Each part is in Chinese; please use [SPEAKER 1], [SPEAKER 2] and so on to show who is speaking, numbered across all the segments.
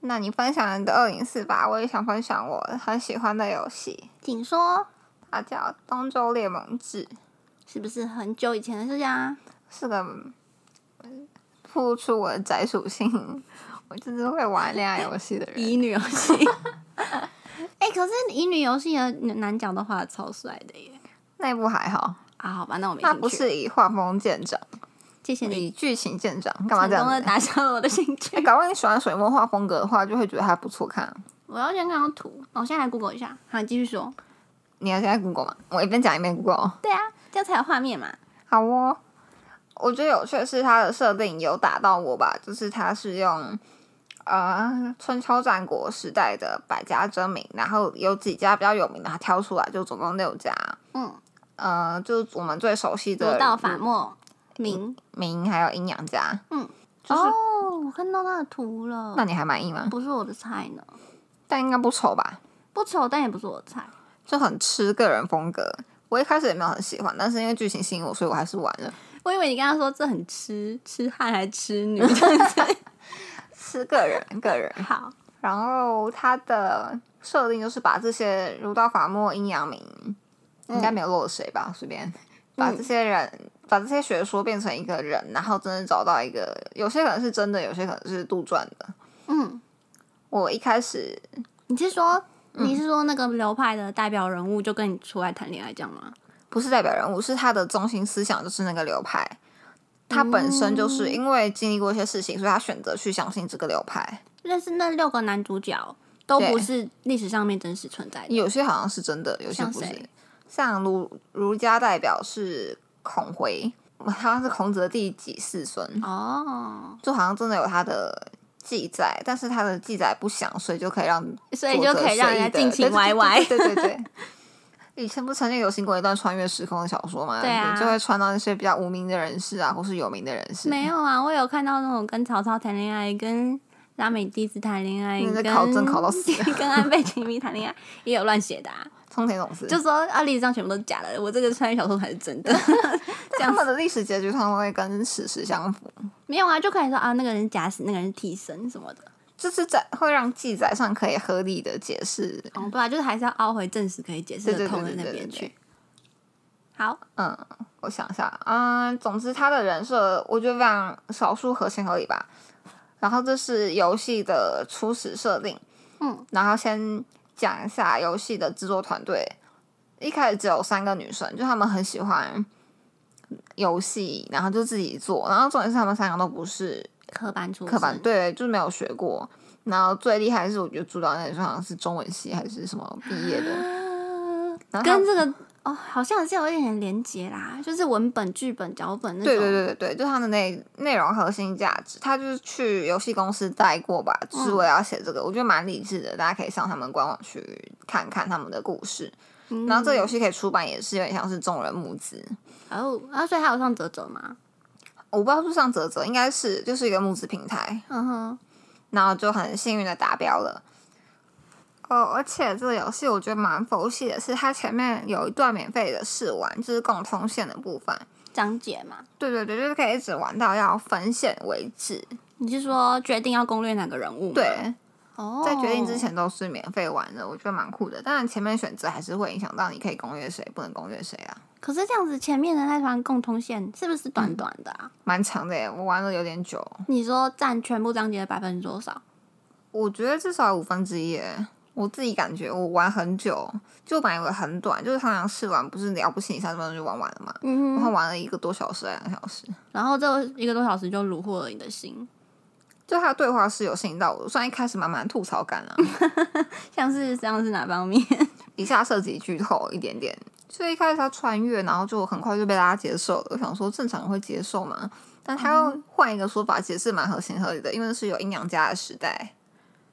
[SPEAKER 1] 那你分享你的二零四吧，我也想分享我很喜欢的游戏，
[SPEAKER 2] 请说，
[SPEAKER 1] 它叫《东周列盟志》，
[SPEAKER 2] 是不是很久以前的事情啊？
[SPEAKER 1] 是个嗯付出我的宅属性，我就是会玩恋爱游戏的人。
[SPEAKER 2] 女游 戏。哎、可是乙女游戏的男角都画的超帅的耶！
[SPEAKER 1] 那部还好，
[SPEAKER 2] 啊，好吧，那我没兴
[SPEAKER 1] 它
[SPEAKER 2] 趣。
[SPEAKER 1] 不，是以画风见长，
[SPEAKER 2] 谢谢你
[SPEAKER 1] 以剧情见长，干嘛
[SPEAKER 2] 成
[SPEAKER 1] 这样
[SPEAKER 2] 功
[SPEAKER 1] 子
[SPEAKER 2] 的打消了我的兴
[SPEAKER 1] 欸
[SPEAKER 2] 趣。
[SPEAKER 1] 搞不好你喜欢水墨画风格的话，就会觉得它不错看。
[SPEAKER 2] 我要先看到图，我现在来 Google 一下。好，你继续 说。
[SPEAKER 1] 你要现在 Google 嘛？我一边讲一边 Google 哦。
[SPEAKER 2] 对啊，这样才有画面嘛。
[SPEAKER 1] 好哦，我觉得有趣的是它的设定有打到我吧，就是它是用呃春秋战国时代的百家争鸣，然后有几家比较有名的，它挑出来就总共六家。
[SPEAKER 2] 嗯，
[SPEAKER 1] 呃，就是我们最熟悉
[SPEAKER 2] 儒
[SPEAKER 1] 的
[SPEAKER 2] 道法墨明。
[SPEAKER 1] 明还有阴阳家，就是
[SPEAKER 2] 哦，我看到他的图了
[SPEAKER 1] 那，你还满意吗？
[SPEAKER 2] 不是我的菜呢，
[SPEAKER 1] 但应该不丑吧？
[SPEAKER 2] 不丑，但也不是我的菜。
[SPEAKER 1] 就很吃个人风格。我一开始也没有很喜欢，但是因为剧情吸引我，所以我还是玩了。
[SPEAKER 2] 我以为你刚刚说这很痴痴汉还痴女这样子。
[SPEAKER 1] 吃个人，个人。
[SPEAKER 2] 好，
[SPEAKER 1] 然后它的设定就是把这些儒道法墨阴阳明，应该没有漏了谁吧？随便 把这些人、把这些学说变成一个人，然后真的找到一个，有些可能是真的，有些可能是杜撰的。
[SPEAKER 2] 嗯，
[SPEAKER 1] 我一开始
[SPEAKER 2] 你是说你是说那个流派的代表人物就跟你出来谈恋爱这样吗？
[SPEAKER 1] 不是代表人物，是他的中心思想就是那个流派，他本身就是因为经历过一些事情，所以他选择去相信这个流派。
[SPEAKER 2] 但是那六个男主角都
[SPEAKER 1] 对
[SPEAKER 2] 不是历史上面真实存在的。
[SPEAKER 1] 有些好像是真的，有些
[SPEAKER 2] 像
[SPEAKER 1] 不
[SPEAKER 2] 谁
[SPEAKER 1] 是。像儒儒家代表是孔回， 他是孔子的第几世孙，
[SPEAKER 2] 哦，
[SPEAKER 1] 就好像真的有他的记载，但是他的记载不详，所以就可以让
[SPEAKER 2] 所以就可以让人家尽情歪歪。
[SPEAKER 1] 对对对对 对以前不是曾经流行过一段穿越时空的小说吗？
[SPEAKER 2] 对啊
[SPEAKER 1] 就会穿到那些比较无名的人士啊，或是有名的人士。
[SPEAKER 2] 没有啊，我有看到那种跟曹操谈恋爱，跟拉美蒂斯谈恋爱，
[SPEAKER 1] 你在
[SPEAKER 2] 跟
[SPEAKER 1] 考证考到死
[SPEAKER 2] 跟安倍晴明谈恋爱，也有乱写的、啊，
[SPEAKER 1] 冲田总司
[SPEAKER 2] 就说啊，历史上全部都是假的，我这个穿越小说才是真的。
[SPEAKER 1] 他们的历史结局通常会跟史实相符，
[SPEAKER 2] 没有啊，就可以说啊，那个人是假死，那个人是替身什么的。
[SPEAKER 1] 就是在会让记载上可以合理的解释
[SPEAKER 2] 哦，对啊，就是还是要凹回正史可以解释
[SPEAKER 1] 对
[SPEAKER 2] 的
[SPEAKER 1] 对对
[SPEAKER 2] 通的
[SPEAKER 1] 对
[SPEAKER 2] 那
[SPEAKER 1] 对
[SPEAKER 2] 边
[SPEAKER 1] 对
[SPEAKER 2] 去。好，
[SPEAKER 1] 嗯，我想一下，嗯，总之他的人设我觉得非常少数合情合理吧。然后这是游戏的初始设定，
[SPEAKER 2] 嗯，
[SPEAKER 1] 然后先讲一下游戏的制作团队。一开始只有三个女生，就她们很喜欢游戏，然后就自己做。然后重点是她们三个都不是
[SPEAKER 2] 科班出
[SPEAKER 1] 课本，
[SPEAKER 2] 身
[SPEAKER 1] 对，就是没有学过。然后最厉害的是，我觉得主导那女生好像是中文系还是什么毕业的，然后她
[SPEAKER 2] 啊跟这个哦，好像是有一点点连结啦，就是文本、剧本、脚本那种。
[SPEAKER 1] 对对对对对，就它的内内容核心价值，他就是去游戏公司带过吧，就是为了
[SPEAKER 2] 嗯
[SPEAKER 1] 要写这个，我觉得蛮励志的，大家可以上他们官网去看看他们的故事。
[SPEAKER 2] 嗯
[SPEAKER 1] 然后这个游戏可以出版，也是有点像是众人募资，
[SPEAKER 2] 哦，啊，所以还有上泽泽嘛，
[SPEAKER 1] 我不知道是不是上泽泽，应该是就是一个募资平台，
[SPEAKER 2] 嗯哼，
[SPEAKER 1] 然后就很幸运的达标了。哦，而且这个游戏我觉得蛮佛系的是，它前面有一段免费的试玩，就是共通线的部分。
[SPEAKER 2] 章节嘛。
[SPEAKER 1] 对对对，就是可以一直玩到要分线为止。
[SPEAKER 2] 你是说决定要攻略哪个人物？，
[SPEAKER 1] 对，
[SPEAKER 2] 哦，
[SPEAKER 1] 在决定之，前都是免费玩的，我觉得蛮酷的。当然前面选择还是会影响到你可以攻略谁，不能攻略谁啊，
[SPEAKER 2] 可是这样子前面的那团共通线是不是
[SPEAKER 1] 嗯
[SPEAKER 2] 短短的啊？
[SPEAKER 1] 蛮长的耶。我玩了有点久，
[SPEAKER 2] 你说占全部章节的百分之多少？
[SPEAKER 1] 我觉得至少有五分之一耶。我自己感觉我玩很久，就本来以为很短，就是常常试玩不是了不起，你三十分钟就玩完了嘛。
[SPEAKER 2] 嗯
[SPEAKER 1] 然后
[SPEAKER 2] 哼，
[SPEAKER 1] 玩了一个多小时，两个小时。
[SPEAKER 2] 然后这一个多小时就虏获了你的心，
[SPEAKER 1] 就他的对话是有吸引到我，虽然一开始满满的吐槽感啊，
[SPEAKER 2] 像是像是哪方面？
[SPEAKER 1] 以下涉及剧透一点点。所以一开始他穿越，然后就很快就被大家接受了。我想说，正常人会接受吗？但他又换一个说法，解释蛮合情合理的，因为是有阴阳家的时代，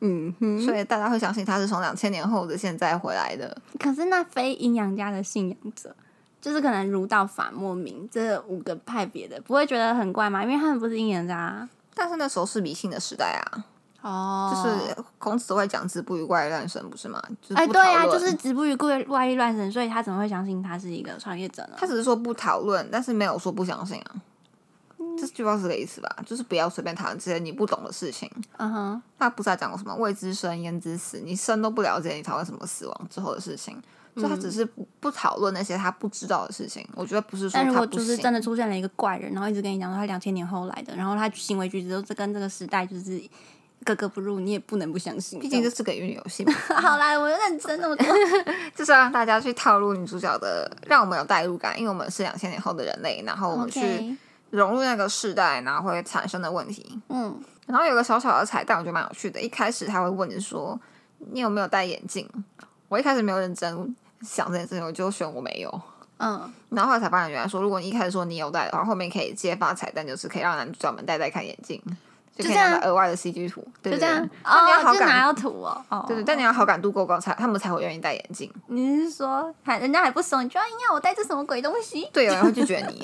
[SPEAKER 2] 嗯哼，
[SPEAKER 1] 所以大家会相信他是从两千年后的现在回来的。
[SPEAKER 2] 可是那非阴阳家的信仰者，就是可能儒道法墨明这五个派别的，不会觉得很怪吗？因为他们不是阴阳家啊、
[SPEAKER 1] 但是那时候是迷信的时代啊，
[SPEAKER 2] 哦
[SPEAKER 1] 就是孔子会讲“子不语怪诞神”，不是吗？就是
[SPEAKER 2] 哎，
[SPEAKER 1] 不
[SPEAKER 2] 对啊，
[SPEAKER 1] 讨
[SPEAKER 2] 就
[SPEAKER 1] 论
[SPEAKER 2] 是子不语怪怪异乱神，所以他怎么会相信他是一个创业者呢？嗯
[SPEAKER 1] 他只是说不讨论，但是没有说不相信啊。就是句话是这个意思吧，就是不要随便讨论这些你不懂的事情。
[SPEAKER 2] 嗯哼，
[SPEAKER 1] 他不是还讲过什么未知生焉知死，你生都不了解，你讨论什么死亡之后的事情？所以他只
[SPEAKER 2] 嗯
[SPEAKER 1] 是不不讨论那些他不知道的事情。我觉得不是说
[SPEAKER 2] 但如
[SPEAKER 1] 他
[SPEAKER 2] 果
[SPEAKER 1] 不
[SPEAKER 2] 就是
[SPEAKER 1] 行，
[SPEAKER 2] 真的出现了一个怪人，然后一直跟你讲说他两千年后来的，然后他行为举止都是跟这个时代就是格格不入，你也不能不相信。
[SPEAKER 1] 毕竟
[SPEAKER 2] 这
[SPEAKER 1] 这是个云游戏嘛，
[SPEAKER 2] 样好啦，我认真那么 多，
[SPEAKER 1] 就是要让大家去套入女主角的，让我们有代入感，因为我们是两千年后的人类，然后我们去
[SPEAKER 2] OK，
[SPEAKER 1] 融入那个世代，然后会产生的问题。
[SPEAKER 2] 嗯，
[SPEAKER 1] 然后有个小小的彩蛋，我觉得蛮有趣的。一开始他会问你说你有没有戴眼镜，我一开始没有认真想这件事情，我就选我没有。
[SPEAKER 2] 嗯，
[SPEAKER 1] 然后后来才发现，原来说，如果你一开始说你有戴的话，后面可以揭发彩蛋，就是可以让男主角们戴戴看眼镜，就可以
[SPEAKER 2] 这样
[SPEAKER 1] 拿到额外的 CG 图，对
[SPEAKER 2] 就
[SPEAKER 1] 对
[SPEAKER 2] 这样
[SPEAKER 1] 对。但你要
[SPEAKER 2] 哦，
[SPEAKER 1] 好
[SPEAKER 2] 就哪
[SPEAKER 1] 感，
[SPEAKER 2] 要涂哦，哦，
[SPEAKER 1] 对对，但你要好感度够高才，他们才会愿意戴眼镜。
[SPEAKER 2] 你是说还人家还不怂，你就要硬要我带这什么鬼东西？
[SPEAKER 1] 对，有人会拒绝 你，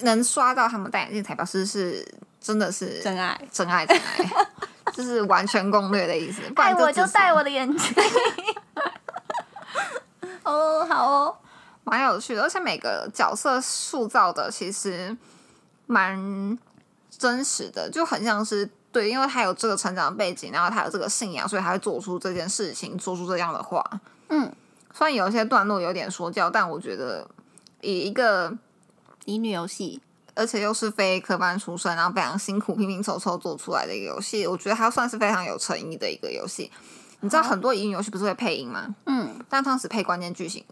[SPEAKER 1] 能刷到他们戴眼镜才表示是真的是
[SPEAKER 2] 真爱，
[SPEAKER 1] 真爱真 爱，就是完全攻略的意思。不
[SPEAKER 2] 爱
[SPEAKER 1] 然
[SPEAKER 2] 哎我
[SPEAKER 1] 就
[SPEAKER 2] 就
[SPEAKER 1] 只是
[SPEAKER 2] 戴我的眼睛。 哦，好哦，
[SPEAKER 1] 蛮有趣的，而且每个角色塑造的其实蛮真实的，就很像是对，因为他有这个成长背景，然后他有这个信仰，所以他会做出这件事情，说出这样的话。
[SPEAKER 2] 嗯，
[SPEAKER 1] 虽然有一些段落有点说教，但我觉得以一个
[SPEAKER 2] 乙女游戏，
[SPEAKER 1] 而且又是非科班出身，然后非常辛苦拼拼凑凑做出来的一个游戏，我觉得它算是非常有诚意的一个游戏。你知道很多语音游戏不是会配音吗？
[SPEAKER 2] 嗯
[SPEAKER 1] 但当时配关键句型，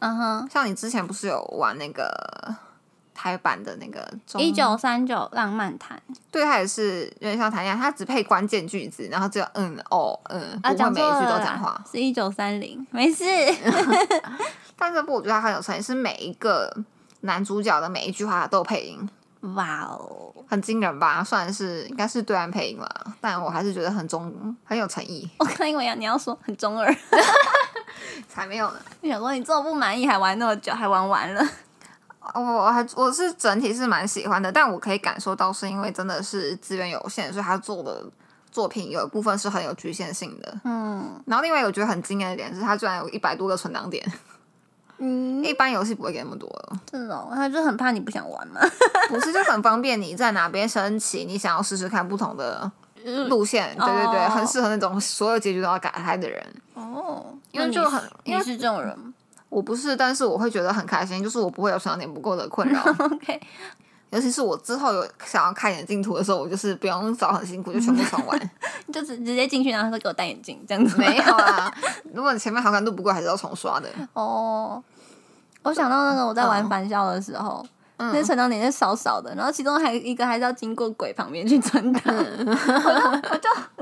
[SPEAKER 2] 嗯哼，
[SPEAKER 1] 像你之前不是有玩那个台版的那个中
[SPEAKER 2] 一九三九浪漫谈
[SPEAKER 1] 对，它也是有点像谈恋爱，它只配关键句子，然后只有嗯哦嗯，不
[SPEAKER 2] 啊，
[SPEAKER 1] 会
[SPEAKER 2] 讲
[SPEAKER 1] 每
[SPEAKER 2] 错
[SPEAKER 1] 一句
[SPEAKER 2] 了
[SPEAKER 1] 都
[SPEAKER 2] 啦
[SPEAKER 1] 讲话。
[SPEAKER 2] 是一九三零，没 事。
[SPEAKER 1] 但这部我觉得它很有诚意，是每一个男主角的每一句话都有配音，
[SPEAKER 2] 哇哦，
[SPEAKER 1] 很惊人吧？算是应该是对岸配音了，但我还是觉得很中很有诚意，
[SPEAKER 2] 我刚以为你要说很中二，
[SPEAKER 1] 才没有呢。
[SPEAKER 2] 我想说你这么不满意还玩那么久，还玩完了。
[SPEAKER 1] 我我还我是整体是蛮喜欢的，但我可以感受到是因为真的是资源有限，所以他做的作品有一部分是很有局限性的。
[SPEAKER 2] 嗯
[SPEAKER 1] 然后另外我觉得很惊艳的点是，它居然有一百多个存档点，
[SPEAKER 2] 嗯，
[SPEAKER 1] 一般游戏不会给那么多了。
[SPEAKER 2] 这种他就很怕你不想玩嘛。
[SPEAKER 1] 不是，就很方便你在哪边升旗，你想要试试看不同的路线，对对对，
[SPEAKER 2] 哦
[SPEAKER 1] 很适合那种所有结局都要改开的人。
[SPEAKER 2] 哦，
[SPEAKER 1] 因为
[SPEAKER 2] 那你
[SPEAKER 1] 就很
[SPEAKER 2] 是
[SPEAKER 1] 因为
[SPEAKER 2] 你是这种人吗
[SPEAKER 1] 我不是，但是我会觉得很开心，就是我不会有存档点不够的困扰。
[SPEAKER 2] ？OK，
[SPEAKER 1] 尤其是我之后有想要看眼镜图的时候，我就是不用找很辛苦，就全部重玩。
[SPEAKER 2] 就直直接进去，然后他说给我戴眼镜这样子。
[SPEAKER 1] 没有啦，如果你前面好感度不够，还是要重刷的。
[SPEAKER 2] 哦，我想到那个我在玩
[SPEAKER 1] 嗯
[SPEAKER 2] 返校的时候，那
[SPEAKER 1] 嗯，
[SPEAKER 2] 存档点是少少的，然后其中还有一个还是要经过鬼旁边去存档。
[SPEAKER 1] 嗯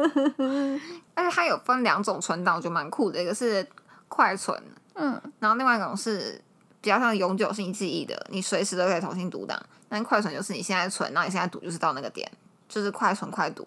[SPEAKER 1] 而且它有分两种存档，我觉得蛮酷的，一个是快存，
[SPEAKER 2] 嗯
[SPEAKER 1] 然后另外一种是比较像永久性记忆的，你随时都可以重新读档。但快存就是你现在存，然后你现在读就是到那个点，就是快存快读，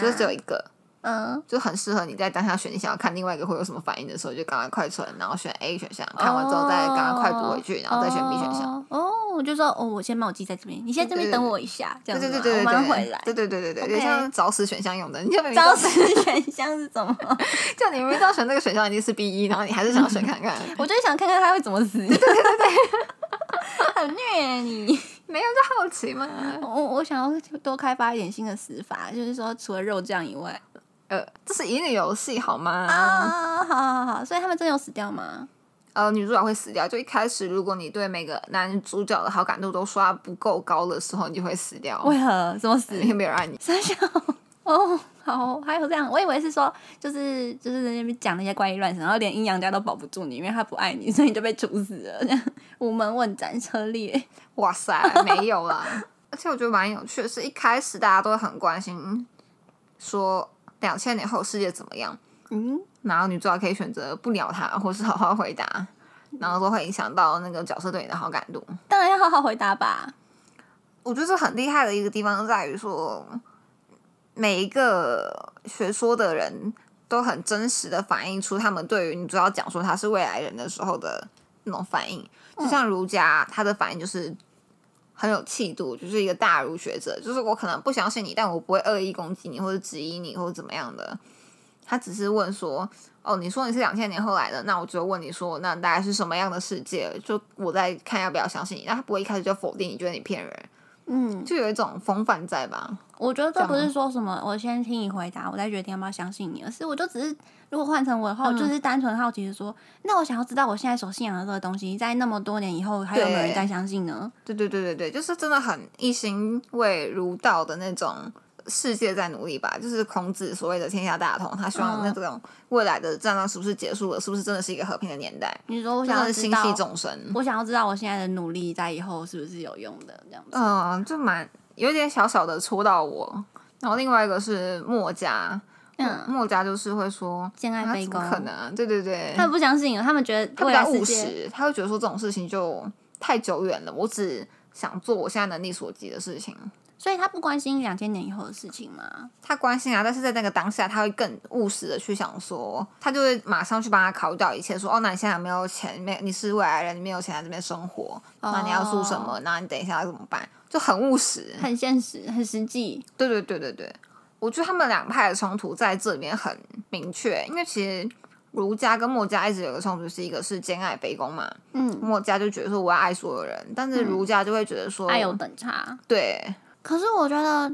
[SPEAKER 1] 就是只有一个，
[SPEAKER 2] 啊嗯，
[SPEAKER 1] 就很适合你在当下选你想要看另外一个会有什么反应的时候，就赶快快存，然后选 A 选项，看完之后再赶快快读回去，然后再选 B 选项。
[SPEAKER 2] 哦。哦，我就说哦，我先把我记在这边，你先在这边等我一下，这
[SPEAKER 1] 对
[SPEAKER 2] 样子
[SPEAKER 1] 对对对对
[SPEAKER 2] 吗，我马上
[SPEAKER 1] 对，
[SPEAKER 2] 回来。
[SPEAKER 1] 对对对对对，有点
[SPEAKER 2] OK
[SPEAKER 1] 像找死选项用的。你就明明
[SPEAKER 2] 招
[SPEAKER 1] 知道
[SPEAKER 2] 式选项是怎么？
[SPEAKER 1] 就你明明知道选这个选项一定是 B 一，然后你还是想要选看 看。
[SPEAKER 2] 我就是想看看他会怎么死。对对对对， 很虐你。
[SPEAKER 1] 没有就好奇嘛。
[SPEAKER 2] 我我想要多开发一点新的死法，就是说除了肉酱以外
[SPEAKER 1] 呃，这是乙女游戏好吗？
[SPEAKER 2] 啊，好好好，所以他们真的有死掉吗？
[SPEAKER 1] 呃，女主角会死掉。就一开始，如果你对每个男主角的好感度都刷不够高的时候，你就会死掉，
[SPEAKER 2] 为何怎么死？
[SPEAKER 1] 因为没有人爱你。
[SPEAKER 2] 三小哦，好，还有这样，我以为是说，就是就是在那边讲那些怪异乱神，然后连阴阳家都保不住你，因为他不爱你，所以你就被处死了，这样无门问斩车裂。
[SPEAKER 1] 哇塞，没有啦。 而且我觉得蛮有趣的是，一开始大家都会很关心，说两千年后世界怎么样，
[SPEAKER 2] 嗯，
[SPEAKER 1] 然后女主角可以选择不鸟他，或是好好回答，然后都会影响到那个角色对你的好感度。
[SPEAKER 2] 当然要好好回答吧。
[SPEAKER 1] 我觉得这很厉害的一个地方在于说，每一个学说的人都很真实的反映出他们对于你主要讲说他是未来人的时候的那种反应。就像儒家，他的反应就是很有气度，就是一个大儒学者。就是我可能不相信你，但我不会恶意攻击你，或者质疑你，或者怎么样的。他只是问说：“哦，你说你是两千年后来的，那我就问你说，那大概是什么样的世界？就我在看要不要相信你。”那他不会一开始就否定你，觉得你骗人，
[SPEAKER 2] 嗯，
[SPEAKER 1] 就有一种风范在吧？
[SPEAKER 2] 我觉得
[SPEAKER 1] 这
[SPEAKER 2] 这
[SPEAKER 1] 样
[SPEAKER 2] 不
[SPEAKER 1] 吗
[SPEAKER 2] 是说什么，我先听你回答，我再决定要不要相信你，而是我就只是，如果换成我的话，我就
[SPEAKER 1] 嗯
[SPEAKER 2] 是单纯好奇地说，那我想要知道我现在所信仰的这个东西，在那么多年以后，还有没有人
[SPEAKER 1] 对
[SPEAKER 2] 在相信呢？
[SPEAKER 1] 对对对对对，就是真的很一心为儒道的那种世界在努力吧。就是孔子所谓的天下大同，他希望
[SPEAKER 2] 嗯
[SPEAKER 1] 那种未来的战乱是不是结束了，是不是真的是一个和平的年代，
[SPEAKER 2] 你说我
[SPEAKER 1] 真
[SPEAKER 2] 想要
[SPEAKER 1] 的
[SPEAKER 2] 知
[SPEAKER 1] 心
[SPEAKER 2] 道，
[SPEAKER 1] 系众生。
[SPEAKER 2] 我想要知道我现在的努力在以后是不是有用的这样子。
[SPEAKER 1] 嗯，就蛮有点小小的戳到我。然后另外一个是墨家，
[SPEAKER 2] 嗯
[SPEAKER 1] 墨家就是会说
[SPEAKER 2] 见爱
[SPEAKER 1] 啊
[SPEAKER 2] 卑
[SPEAKER 1] 怎么
[SPEAKER 2] 躬
[SPEAKER 1] 可能啊？对对对，
[SPEAKER 2] 他们不相信啊了，他们觉
[SPEAKER 1] 他比
[SPEAKER 2] 得未
[SPEAKER 1] 较
[SPEAKER 2] 来
[SPEAKER 1] 务
[SPEAKER 2] 世界
[SPEAKER 1] 实，他会觉得说这种事情就太久远了，我只想做我现在能力所及的事情。
[SPEAKER 2] 所以他不关心两千年以后的事情吗？
[SPEAKER 1] 他关心啊，但是在那个当下，他会更务实的去想说，他就会马上去帮他考虑掉一切，说哦，那你现在有没有钱？没有，你是未来人，你没有钱来这边生活，那你要住什么？那你等一下要怎么办？就很务实。
[SPEAKER 2] 哦很现实，很实际。
[SPEAKER 1] 对对对对对，我觉得他们两派的冲突在这里面很明确，因为其实儒家跟墨家一直有个冲突，是一个是兼爱卑躬嘛，
[SPEAKER 2] 嗯，
[SPEAKER 1] 墨家就觉得说我要爱所有人，但是儒家就会觉得说，
[SPEAKER 2] 爱有哦等差。
[SPEAKER 1] 对
[SPEAKER 2] 可是我觉得，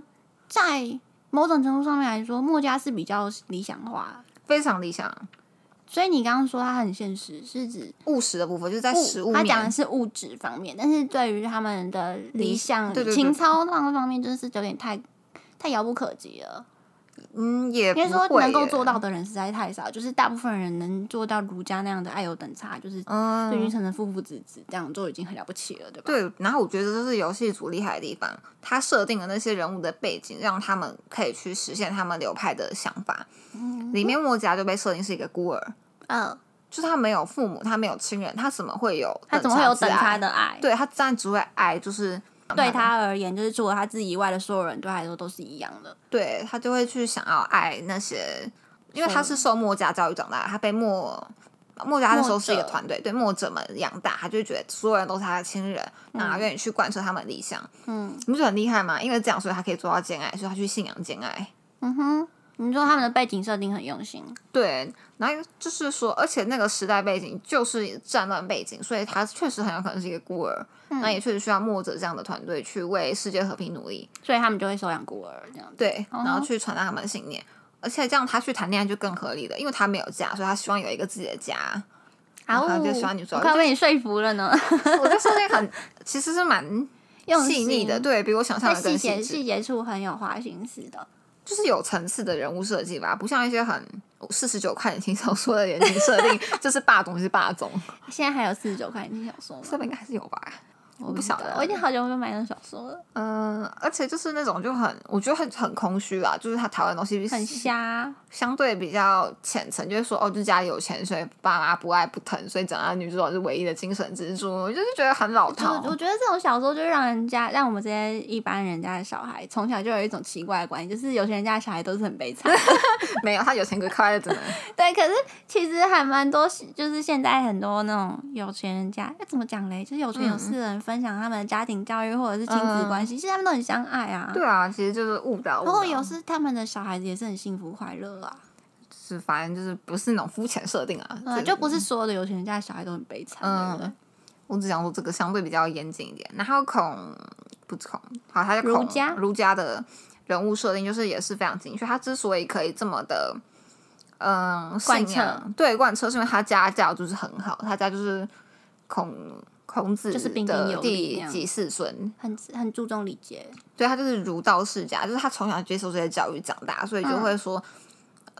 [SPEAKER 2] 在某种程度上面来说，墨家是比较理想化。
[SPEAKER 1] 非常理想
[SPEAKER 2] 所以你刚刚说他很现实，是指
[SPEAKER 1] 务实的部分，就是在实物
[SPEAKER 2] 物，他
[SPEAKER 1] 面
[SPEAKER 2] 讲的是物质方面，但是对于他们的理想、
[SPEAKER 1] 对对对
[SPEAKER 2] 情操那方面，就是有点太太遥不可及了。
[SPEAKER 1] 嗯，也
[SPEAKER 2] 应该说
[SPEAKER 1] 不会
[SPEAKER 2] 能够
[SPEAKER 1] 耶
[SPEAKER 2] 做到的人实在太少，就是大部分人能做到儒家那样的爱有等差，就是
[SPEAKER 1] 嗯
[SPEAKER 2] 对君臣的父父子子这样做已经很了不起了，对吧？
[SPEAKER 1] 对，然后我觉得这是游戏组厉害的地方，他设定的那些人物的背景，让他们可以去实现他们流派的想法。里面墨家就被设定是一个孤儿，
[SPEAKER 2] 嗯，
[SPEAKER 1] 就是他没有父母，他没有亲人，他怎么会有
[SPEAKER 2] 他怎么会有
[SPEAKER 1] 之
[SPEAKER 2] 等差
[SPEAKER 1] 爱？
[SPEAKER 2] 的爱？
[SPEAKER 1] 对嗯他自然只会爱，就是
[SPEAKER 2] 对他而言，就是除了他自己以外的所有人，对他来说都是一样的。
[SPEAKER 1] 对他就会去想要爱那些，因为他是受墨家教育长大的，他被墨墨家那时候是一个
[SPEAKER 2] 墨者
[SPEAKER 1] 团队，对墨者们养大，他就觉得所有人都是他的亲人，那他愿意去贯彻他们的理想，
[SPEAKER 2] 嗯
[SPEAKER 1] 你不觉得很厉害吗？因为这样，所以他可以做到兼爱，所以他去信仰兼爱。
[SPEAKER 2] 嗯哼，你说他们的背景设定很用心，
[SPEAKER 1] 对，然后就是说，而且那个时代背景就是战乱背景，所以他确实很有可能是一个孤儿，那、也确实需要墨者这样的团队去为世界和平努力，
[SPEAKER 2] 所以他们就会收养孤儿这样子。
[SPEAKER 1] 对，
[SPEAKER 2] 嗯哼
[SPEAKER 1] 然后去传达他们的信念。而且这样他去谈恋爱就更合理了，因为他没有家，所以他希望有一个自己的家。
[SPEAKER 2] 啊
[SPEAKER 1] 他就
[SPEAKER 2] 呜
[SPEAKER 1] 喜欢女主角
[SPEAKER 2] 我快被你说服了 呢，
[SPEAKER 1] 我就说那很其实是蛮
[SPEAKER 2] 用
[SPEAKER 1] 细
[SPEAKER 2] 心
[SPEAKER 1] 腻 的，，对比我想象
[SPEAKER 2] 在
[SPEAKER 1] 的
[SPEAKER 2] 细
[SPEAKER 1] 更细
[SPEAKER 2] 节
[SPEAKER 1] 致
[SPEAKER 2] 细，节处很有花心思的。
[SPEAKER 1] 就是有层次的人物设计吧，不像一些很四十九块言情小说的言情设定， 就是霸总是霸总，
[SPEAKER 2] 现在还有四十九块钱小说吗？
[SPEAKER 1] 这边应该还是有吧。
[SPEAKER 2] 我
[SPEAKER 1] 不
[SPEAKER 2] 知
[SPEAKER 1] 晓
[SPEAKER 2] 道
[SPEAKER 1] 得
[SPEAKER 2] 我已经好久没有买那种小说了，
[SPEAKER 1] 嗯，而且就是那种就很，我觉得很很空虚啦，就是他台湾的东西
[SPEAKER 2] 很瞎。
[SPEAKER 1] 相对比较浅层，就是说哦，就家里有钱，所以爸妈不爱不疼，所以长大女主角是唯一的精神支柱，我就是觉得很老
[SPEAKER 2] 就是
[SPEAKER 1] 套。
[SPEAKER 2] 我觉得这种小说就让人家让我们这些一般人家的小孩从小就有一种奇怪的观念，就是有钱人家的小孩都是很悲 惨。
[SPEAKER 1] 没有，他有钱可快乐着呢。
[SPEAKER 2] 对，可是其实还蛮多，就是现在很多那种有钱人家要怎么讲嘞？就是有钱有势的人分享他们的家庭教育或者是亲子关系，其实他们都很相爱啊。
[SPEAKER 1] 对啊，其实就是误导。
[SPEAKER 2] 然后有
[SPEAKER 1] 时
[SPEAKER 2] 时他们的小孩子也是很幸福快乐啊，
[SPEAKER 1] 是反正就是不是那种肤浅设定啊，
[SPEAKER 2] 嗯，
[SPEAKER 1] 这
[SPEAKER 2] 就不是所有的有钱人家的小孩都很悲惨，
[SPEAKER 1] 嗯
[SPEAKER 2] 对不
[SPEAKER 1] 我只想说这个相对比较严谨一点。然后孔不是孔，好，他叫
[SPEAKER 2] 儒
[SPEAKER 1] 孔
[SPEAKER 2] 家
[SPEAKER 1] 儒家的人物设定就是也是非常精确。他之所以可以这么的，嗯，
[SPEAKER 2] 贯
[SPEAKER 1] 信仰对贯彻，是因为他家教就是很好，他家就是孔孔子
[SPEAKER 2] 就是彬彬
[SPEAKER 1] 的
[SPEAKER 2] 有礼那
[SPEAKER 1] 第
[SPEAKER 2] 样
[SPEAKER 1] 几世孙，
[SPEAKER 2] 对很很注重礼节。
[SPEAKER 1] 对他就是儒道世家，就是他从小接受这些教育长大，所以就会说，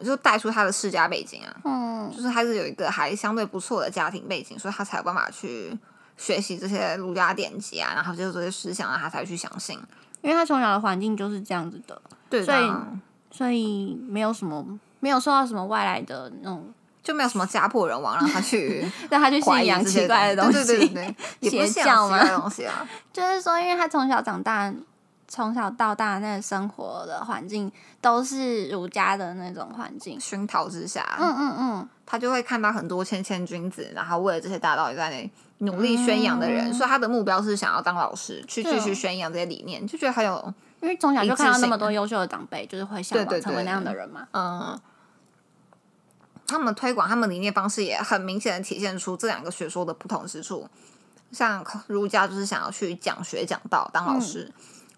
[SPEAKER 1] 就带出他的世家背景啊。
[SPEAKER 2] 嗯，
[SPEAKER 1] 就是还是有一个还相对不错的家庭背景，所以他才有办法去学习这些儒家典籍啊，然后就是这些思想啊，他才去相信。
[SPEAKER 2] 因为他从小的环境就是这样子的，
[SPEAKER 1] 对，
[SPEAKER 2] 所以
[SPEAKER 1] 然后
[SPEAKER 2] 所以没有什么没有受到什么外来的那种
[SPEAKER 1] 就没有什么家破人亡让他 去
[SPEAKER 2] 让他去
[SPEAKER 1] 怀
[SPEAKER 2] 信
[SPEAKER 1] 疑
[SPEAKER 2] 仰
[SPEAKER 1] 这些
[SPEAKER 2] 奇怪的东西。
[SPEAKER 1] 对对对 对对，也不是
[SPEAKER 2] 邪
[SPEAKER 1] 信仰奇
[SPEAKER 2] 教吗
[SPEAKER 1] 怪的东西啊。
[SPEAKER 2] 就是说，因为他从小长大，从小到大那个生活的环境都是儒家的那种环境。
[SPEAKER 1] 熏陶之下，
[SPEAKER 2] 嗯嗯嗯，
[SPEAKER 1] 他就会看到很多谦谦君子，然后为了这些大道理在那努力宣扬的人，所以他的目标是想要当老师，去
[SPEAKER 2] 嗯对
[SPEAKER 1] 继
[SPEAKER 2] 哦
[SPEAKER 1] 续宣扬这些理念，就觉得很有
[SPEAKER 2] 因为从小就
[SPEAKER 1] 一致
[SPEAKER 2] 看到
[SPEAKER 1] 性
[SPEAKER 2] 那么多优秀的长辈，就是会向
[SPEAKER 1] 对对
[SPEAKER 2] 往成为
[SPEAKER 1] 对
[SPEAKER 2] 那样的人嘛。
[SPEAKER 1] 嗯，他们推广他们理念方式也很明显的体现出这两个学说
[SPEAKER 2] 嗯
[SPEAKER 1] 的不同之处。像儒家就是想要去讲学讲道当老师，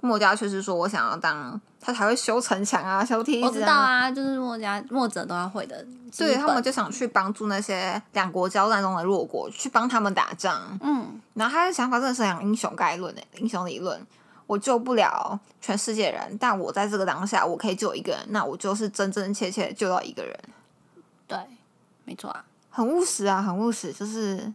[SPEAKER 1] 墨家却是说我想要当他才会修城墙啊、修梯
[SPEAKER 2] 我
[SPEAKER 1] 子
[SPEAKER 2] 知道啊，就是墨家墨者都要会的基本。
[SPEAKER 1] 对他们就想去帮助那些两国交战中的弱国，去帮他们打仗。
[SPEAKER 2] 嗯，
[SPEAKER 1] 然后他的想法真的是很英雄概论诶、英雄理论。我救不了全世界人，但我在这个当下，我可以救一个人，那我就是真真切切救到一个人，
[SPEAKER 2] 对，没错啊。
[SPEAKER 1] 很务实啊，很务实，就是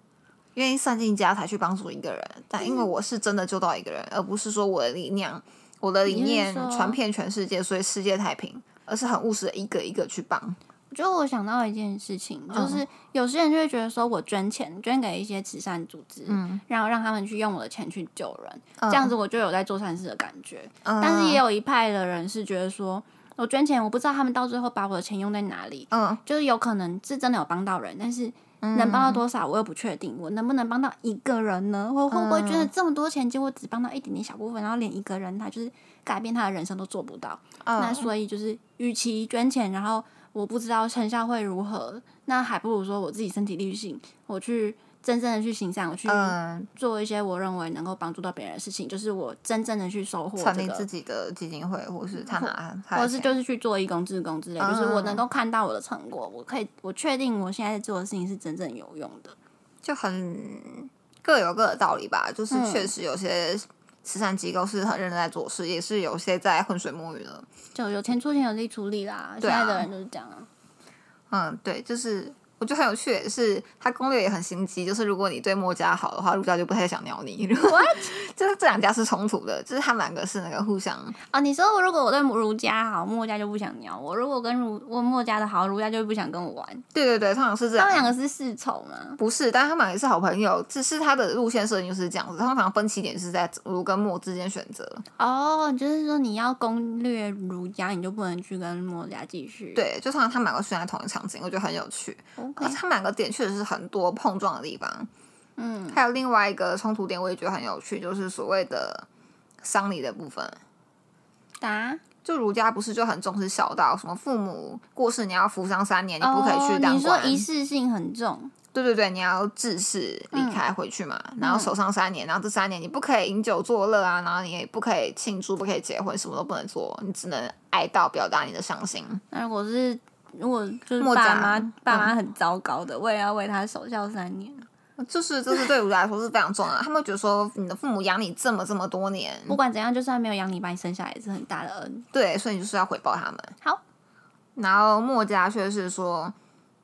[SPEAKER 1] 愿意散尽家财去帮助一个人。但
[SPEAKER 2] 嗯
[SPEAKER 1] 因为我是真的救到一个人，而不是说我的理念，我的理念
[SPEAKER 2] 你是说
[SPEAKER 1] 传遍全世界，所以世界太平，而是很务实的一个一个去帮。
[SPEAKER 2] 我觉得我想到一件事情，
[SPEAKER 1] 嗯
[SPEAKER 2] 就是有些人就会觉得说我捐钱捐给一些慈善组织，
[SPEAKER 1] 嗯，
[SPEAKER 2] 然后让他们去用我的钱去救人，
[SPEAKER 1] 这
[SPEAKER 2] 这样子，我就有在做善事的感觉。
[SPEAKER 1] 嗯
[SPEAKER 2] 但是也，有一派的人是觉得说，我捐钱，我不知道他们到最后把我的钱用在哪里，
[SPEAKER 1] 嗯，
[SPEAKER 2] 就是有可能是真的有帮到人，但是
[SPEAKER 1] 嗯
[SPEAKER 2] 能帮到多少我又不确定，我能不能帮到一个人呢？我会不会捐
[SPEAKER 1] 嗯
[SPEAKER 2] 了这么多钱，结果只帮到一点点小部分，然后连一个人他就是改变他的人生都做不到？那
[SPEAKER 1] 嗯
[SPEAKER 2] 所以就是，与其捐钱，然后我不知道成效会如何，那还不如说我自己身体力行，我去真正的去行善，我去
[SPEAKER 1] 嗯，
[SPEAKER 2] 做一些我认为能够帮助到别人的事情，就是我真正的去收获
[SPEAKER 1] 成
[SPEAKER 2] 这
[SPEAKER 1] 立
[SPEAKER 2] 个
[SPEAKER 1] 自己的基金会，或是他拿他
[SPEAKER 2] 或
[SPEAKER 1] 的
[SPEAKER 2] 者是
[SPEAKER 1] 钱，
[SPEAKER 2] 就是去做义工、志工之类，
[SPEAKER 1] 嗯
[SPEAKER 2] 就是我能够看到我的成果，我可以，我确定我现在做的事情是真正有用的。
[SPEAKER 1] 就很各有各的道理吧。就是
[SPEAKER 2] 嗯
[SPEAKER 1] 确实有些慈善机构是很认真在做事，也是有些在浑水摸鱼的。
[SPEAKER 2] 就有钱出钱，有力出力啦。现
[SPEAKER 1] 对啊
[SPEAKER 2] 在的人就是这样啊。
[SPEAKER 1] 嗯，对，就是我觉得很有趣，也是他攻略也很心机。就是如果你对墨家好的话，陆家就不太想鸟你。如果 就是这两家是冲突的，就是他们两个是那个互相
[SPEAKER 2] 哦，你说如果我对儒家好，墨家就不想鸟我；如果跟儒我墨家的好，儒家就不想跟我玩。
[SPEAKER 1] 对对对，通啊常是这
[SPEAKER 2] 他
[SPEAKER 1] 样。
[SPEAKER 2] 们两个是世仇嘛？
[SPEAKER 1] 不是，但他们也是好朋友，只是他的路线设定就是这样子。通常分歧点是在儒跟墨之间选择。
[SPEAKER 2] 哦，就是说你要攻略儒家，你就不能去跟墨家继续。
[SPEAKER 1] 对，就通常他们两个出现在同一个场景，我觉得很有趣。
[SPEAKER 2] ，OK，
[SPEAKER 1] 而且他们两个点确实是很多碰撞的地方。
[SPEAKER 2] 嗯，
[SPEAKER 1] 还有另外一个冲突点，我也觉得很有趣，就是所谓的丧礼的部分。
[SPEAKER 2] 答。
[SPEAKER 1] 就儒家不是就很重视孝道，什么父母过世你要服丧三年，你不可以去
[SPEAKER 2] 哦、
[SPEAKER 1] 当
[SPEAKER 2] 你说
[SPEAKER 1] 官。
[SPEAKER 2] 仪式性很重，
[SPEAKER 1] 对对对，你要致仕离开回去嘛，然后守丧三年，然后这三年你不可以饮酒作乐啊，然后你也不可以庆祝，不可以结婚，什么都不能做，你只能哀悼表达你的伤心。
[SPEAKER 2] 那如果是如果就是
[SPEAKER 1] 墨
[SPEAKER 2] 爸
[SPEAKER 1] 家
[SPEAKER 2] 妈
[SPEAKER 1] 嗯
[SPEAKER 2] 爸妈很糟糕的，我也要为他守孝三年，
[SPEAKER 1] 就是这是对儒家来说是非常重要的，他们会觉得说你的父母养你这么这么多年，
[SPEAKER 2] 不管怎样，就算没有养你，把你生下来也是很大的恩。
[SPEAKER 1] 对，所以你就是要回报他们。
[SPEAKER 2] 好，
[SPEAKER 1] 然后墨家却是说，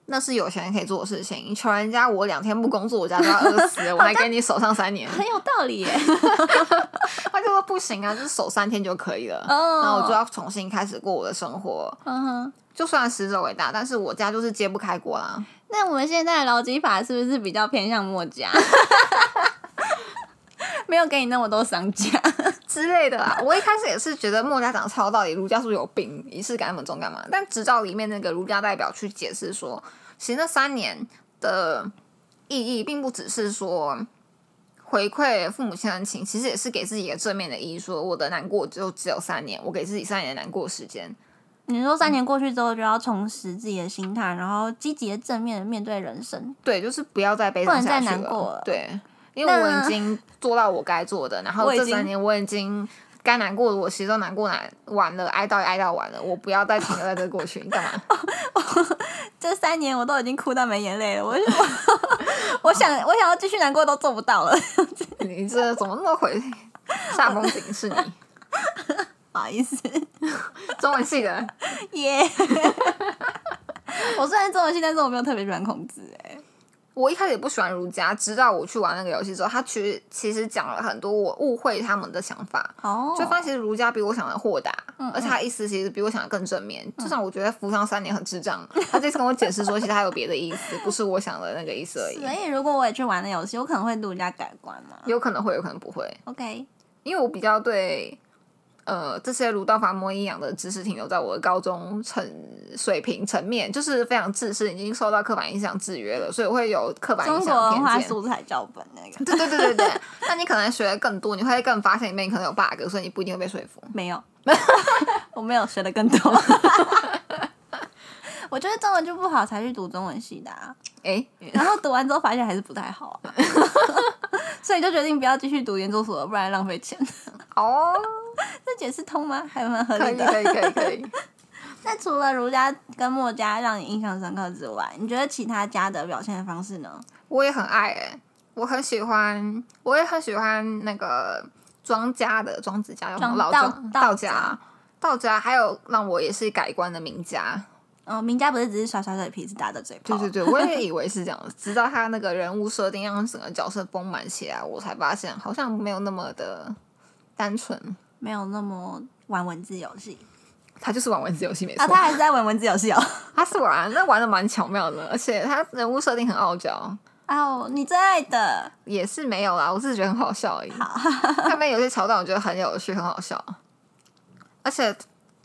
[SPEAKER 1] 那是有钱人可以做的事情，你求人家我两天不工作，我家就要饿死了，我还给你守上三年。
[SPEAKER 2] 很有道理耶。
[SPEAKER 1] 他就说不行啊，就是守三天就可以了。
[SPEAKER 2] 哦
[SPEAKER 1] 然后我就要重新开始过我的生活。
[SPEAKER 2] 嗯哼，
[SPEAKER 1] 就算死者为大，但是我家就是揭不开锅啦。
[SPEAKER 2] 那我们现在的劳基法是不是比较偏向墨家？ 没有给你那么多商家，
[SPEAKER 1] 之类的啦。我一开始也是觉得墨家讲得超有道理，儒家是不是有病，仪式感那么重干嘛？但直到里面那个儒家代表去解释说，其实那三年的意义并不只是说回馈父母亲恩情，其实也是给自己一个正面的意义，说我的难过就只有三年，我给自己三年的难过时间。
[SPEAKER 2] 你说三年过去之后，就要重拾自己的心态，然后积极的正面的面对人生。
[SPEAKER 1] 对，就是不要再悲伤
[SPEAKER 2] 不能再
[SPEAKER 1] 下去
[SPEAKER 2] 难过了
[SPEAKER 1] 对，因为我
[SPEAKER 2] 那
[SPEAKER 1] 已经做到我该做的，然后
[SPEAKER 2] 我已
[SPEAKER 1] 这
[SPEAKER 2] 经
[SPEAKER 1] 三年我已经该难过的我其实都难过难完了，哀悼也哀悼完了，我不要再停留在这个过去，你干嘛？
[SPEAKER 2] 这三年我都已经哭到没眼泪 了，我我想我想要继续难过都做不到了，
[SPEAKER 1] 你这怎么那么回煞风景是你？
[SPEAKER 2] 不好意思。
[SPEAKER 1] 中文系的，
[SPEAKER 2] 耶 我虽然中文系，但是我没有特别喜欢孔子、哎，
[SPEAKER 1] 我一开始也不喜欢儒家，直到我去玩那个游戏之后，他其实其实讲了很多我误会他们的想法，
[SPEAKER 2] 哦
[SPEAKER 1] 就发现其实儒家比我想的豁达，
[SPEAKER 2] 嗯
[SPEAKER 1] 而且他意思其实比我想的更正面。至少我觉得扶桑三年很智障，他这次跟我解释说，其实他有别的意思，不是我想的那个意思而已。
[SPEAKER 2] 所以如果我也去玩那游戏，我可能会独家改观嘛。
[SPEAKER 1] 有可能会，有可能不会，
[SPEAKER 2] OK，
[SPEAKER 1] 因为我比较对呃这些儒道法摩阴阳的知识停留在我的高中层水平层面，就是非常自私，已经受到刻板印象制约了，所以我会有刻板
[SPEAKER 2] 中
[SPEAKER 1] 印
[SPEAKER 2] 国
[SPEAKER 1] 象
[SPEAKER 2] 文化
[SPEAKER 1] 偏见。
[SPEAKER 2] 素材教本那 个
[SPEAKER 1] 对对对对对，那你可能学的更多，你会更发现里面可能有 bug，所以你不一定会被说服。
[SPEAKER 2] 没有，我没有学的更多。 我觉得中文就不好，才去读中文系的、啊，
[SPEAKER 1] 诶，
[SPEAKER 2] 然后读完之后发现还是不太好、啊， 所以就决定不要继续读研究所了，不然浪费钱。
[SPEAKER 1] 哦，
[SPEAKER 2] 解释通吗？还蛮合
[SPEAKER 1] 可
[SPEAKER 2] 理
[SPEAKER 1] 以
[SPEAKER 2] 的。
[SPEAKER 1] 可以可以可以。
[SPEAKER 2] 那除了儒家跟墨家让你印象深刻之外，你觉得其他家的表现方式呢？
[SPEAKER 1] 我也很爱诶、我很喜欢，我也很喜欢那个庄家的庄子家，
[SPEAKER 2] 庄
[SPEAKER 1] 老
[SPEAKER 2] 道
[SPEAKER 1] 庄
[SPEAKER 2] 道
[SPEAKER 1] 道家，道家，还有让我也是改观的名家。
[SPEAKER 2] 哦，名家不是只是耍耍嘴皮子打打嘴炮，
[SPEAKER 1] 对对对，我也以为是这样子，直到他那个人物设定让整个角色丰满起来，我才发现好像没有那么的单纯。
[SPEAKER 2] 没有那么玩文字游戏
[SPEAKER 1] 他就是玩文字游戏没错，
[SPEAKER 2] 啊，他还是在玩文字游戏哦。
[SPEAKER 1] 他是玩，那玩的蛮巧妙的，而且他人物设定很傲娇，
[SPEAKER 2] 哦，你最爱的，
[SPEAKER 1] 也是没有啦，我是觉得很好笑而已。 他们有些桥段我觉得很有趣，很好笑，而且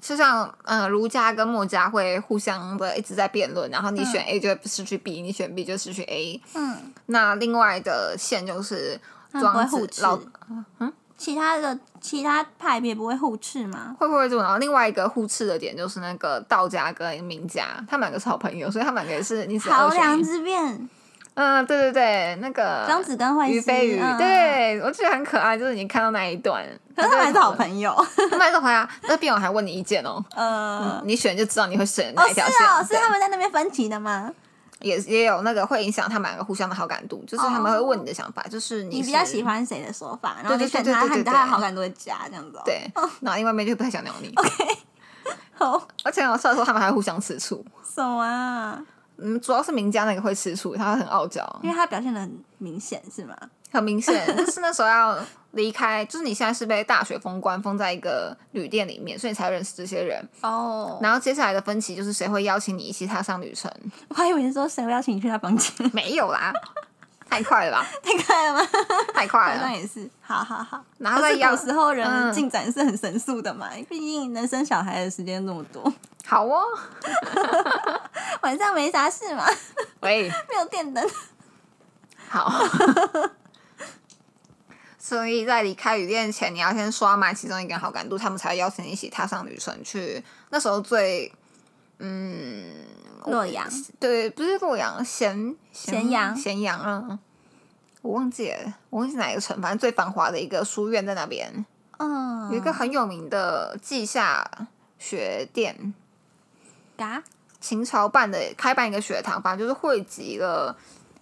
[SPEAKER 1] 就像呃儒家跟墨家会互相的一直在辩论，然后你选 A 就会失去 B，、你选 B 就失去 A。
[SPEAKER 2] 嗯，
[SPEAKER 1] 那另外的线就是
[SPEAKER 2] 他们不
[SPEAKER 1] 庄
[SPEAKER 2] 会互
[SPEAKER 1] 子
[SPEAKER 2] 斥
[SPEAKER 1] 老。
[SPEAKER 2] 其他的其他派别不会互斥吗？
[SPEAKER 1] 会不会这种？然后另外一个互斥的点就是那个道家跟名家，他们两个是好朋友，所以他们两个也是你只能
[SPEAKER 2] 濠
[SPEAKER 1] 二选
[SPEAKER 2] 梁
[SPEAKER 1] 一。
[SPEAKER 2] 之变，
[SPEAKER 1] 嗯，对对对，那个
[SPEAKER 2] 庄子跟惠
[SPEAKER 1] 于
[SPEAKER 2] 施，
[SPEAKER 1] 飞呃鱼，
[SPEAKER 2] 嗯，
[SPEAKER 1] 对我觉得很可爱，就是你看到那一段，
[SPEAKER 2] 可是他们还是好
[SPEAKER 1] 友，
[SPEAKER 2] 朋友，
[SPEAKER 1] 他们还是好朋友啊。那辩友还问你意见哦，
[SPEAKER 2] 呃，
[SPEAKER 1] 你选就知道你会选
[SPEAKER 2] 哦
[SPEAKER 1] 哪一
[SPEAKER 2] 是
[SPEAKER 1] 条线。
[SPEAKER 2] 哦，是
[SPEAKER 1] 对
[SPEAKER 2] 他们在那边分歧的吗？
[SPEAKER 1] 也也有那个会影响他们两个互相的好感度，就是他们会问你的想法，就是你
[SPEAKER 2] 哦你
[SPEAKER 1] 你
[SPEAKER 2] 比较喜。欢谁的说法，然
[SPEAKER 1] 对
[SPEAKER 2] 后你
[SPEAKER 1] 对
[SPEAKER 2] 选
[SPEAKER 1] 对对
[SPEAKER 2] 他，
[SPEAKER 1] 对
[SPEAKER 2] 你
[SPEAKER 1] 对
[SPEAKER 2] 对他的
[SPEAKER 1] 对
[SPEAKER 2] 好感度会加，这样子哦。
[SPEAKER 1] 对，然后另外一边就不太想鸟你，
[SPEAKER 2] 哦，
[SPEAKER 1] 而且很好笑的时候，他们还会互相吃醋。
[SPEAKER 2] 什么啊？
[SPEAKER 1] 嗯，主要是名家那个会吃醋，他很傲娇，
[SPEAKER 2] 因为他表现的很明显，是吗？
[SPEAKER 1] 很明显，就是那时候要离开，就是你现在是被大学封关，封在一个旅店里面，所以你才认识这些人。
[SPEAKER 2] 哦
[SPEAKER 1] 然后接下来的分歧就是谁会邀请你一起踏上旅程？
[SPEAKER 2] 我还以为你说谁会邀请你去他 房间，
[SPEAKER 1] 没有啦，太快了吧，
[SPEAKER 2] 太可爱了吗？
[SPEAKER 1] 太快
[SPEAKER 2] 啊 好像
[SPEAKER 1] 了。
[SPEAKER 2] 也是，好好好。
[SPEAKER 1] 然后
[SPEAKER 2] 可
[SPEAKER 1] 再
[SPEAKER 2] 是
[SPEAKER 1] 邀
[SPEAKER 2] 古时候人
[SPEAKER 1] 嗯
[SPEAKER 2] 进展是很神速的嘛，毕竟能生小孩的时间那么多，
[SPEAKER 1] 好哦，
[SPEAKER 2] 晚上没啥事嘛，
[SPEAKER 1] 喂，
[SPEAKER 2] 没有电灯。
[SPEAKER 1] 好。 所以在离开旅店前，你要先刷满其中一个人好感度，他们才会邀请你一起踏上旅程去。那时候最，嗯，
[SPEAKER 2] 洛阳
[SPEAKER 1] 对，不是洛阳，咸
[SPEAKER 2] 咸阳
[SPEAKER 1] 咸阳啊，我忘记了，我忘记哪一个城，反正最繁华的一个书院在那边，
[SPEAKER 2] 嗯，
[SPEAKER 1] 有一个很有名的稷下学殿，
[SPEAKER 2] 嘎，
[SPEAKER 1] 秦朝办的开办一个学堂，反正就是汇集了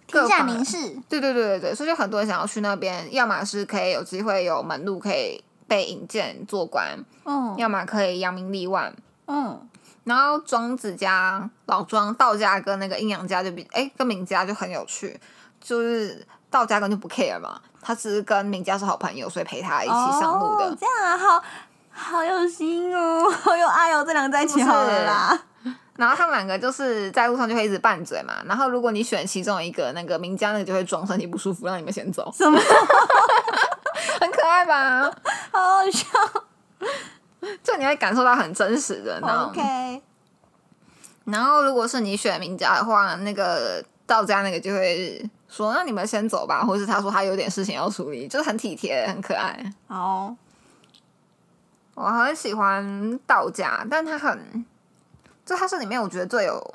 [SPEAKER 2] 天
[SPEAKER 1] 各
[SPEAKER 2] 下
[SPEAKER 1] 方
[SPEAKER 2] 名士，
[SPEAKER 1] 对对对对对，所以就很多人想要去那边，要么是可以有机会有门路可以被引荐做官，
[SPEAKER 2] 嗯
[SPEAKER 1] 要么可以扬名立万。
[SPEAKER 2] 嗯，
[SPEAKER 1] 然后庄子家、老庄、道家跟那个阴阳家就比哎跟名家就很有趣，就是道家根本就不 care 嘛，他只是跟名家是好朋友，所以陪他一起上路的。
[SPEAKER 2] 哦这样啊，好好有心哦， 好有爱哦，这两个在一起
[SPEAKER 1] 是不是
[SPEAKER 2] 好了 啦。
[SPEAKER 1] 然后他们两个就是在路上就会一直拌嘴嘛。然后如果你选其中一个，那个名家那个就会装身体不舒服，让你们先走，
[SPEAKER 2] 什么？
[SPEAKER 1] 很可爱吧？
[SPEAKER 2] 好好笑。
[SPEAKER 1] 就你会感受到很真实的那种。
[SPEAKER 2] OK，
[SPEAKER 1] 然后如果是你选名家的话，那个道家那个就会说：“那你们先走吧。”或是他说他有点事情要处理，就是很体贴，很可爱。
[SPEAKER 2] 好，
[SPEAKER 1] 我很喜欢道家，但他很，就他是里面我觉得最有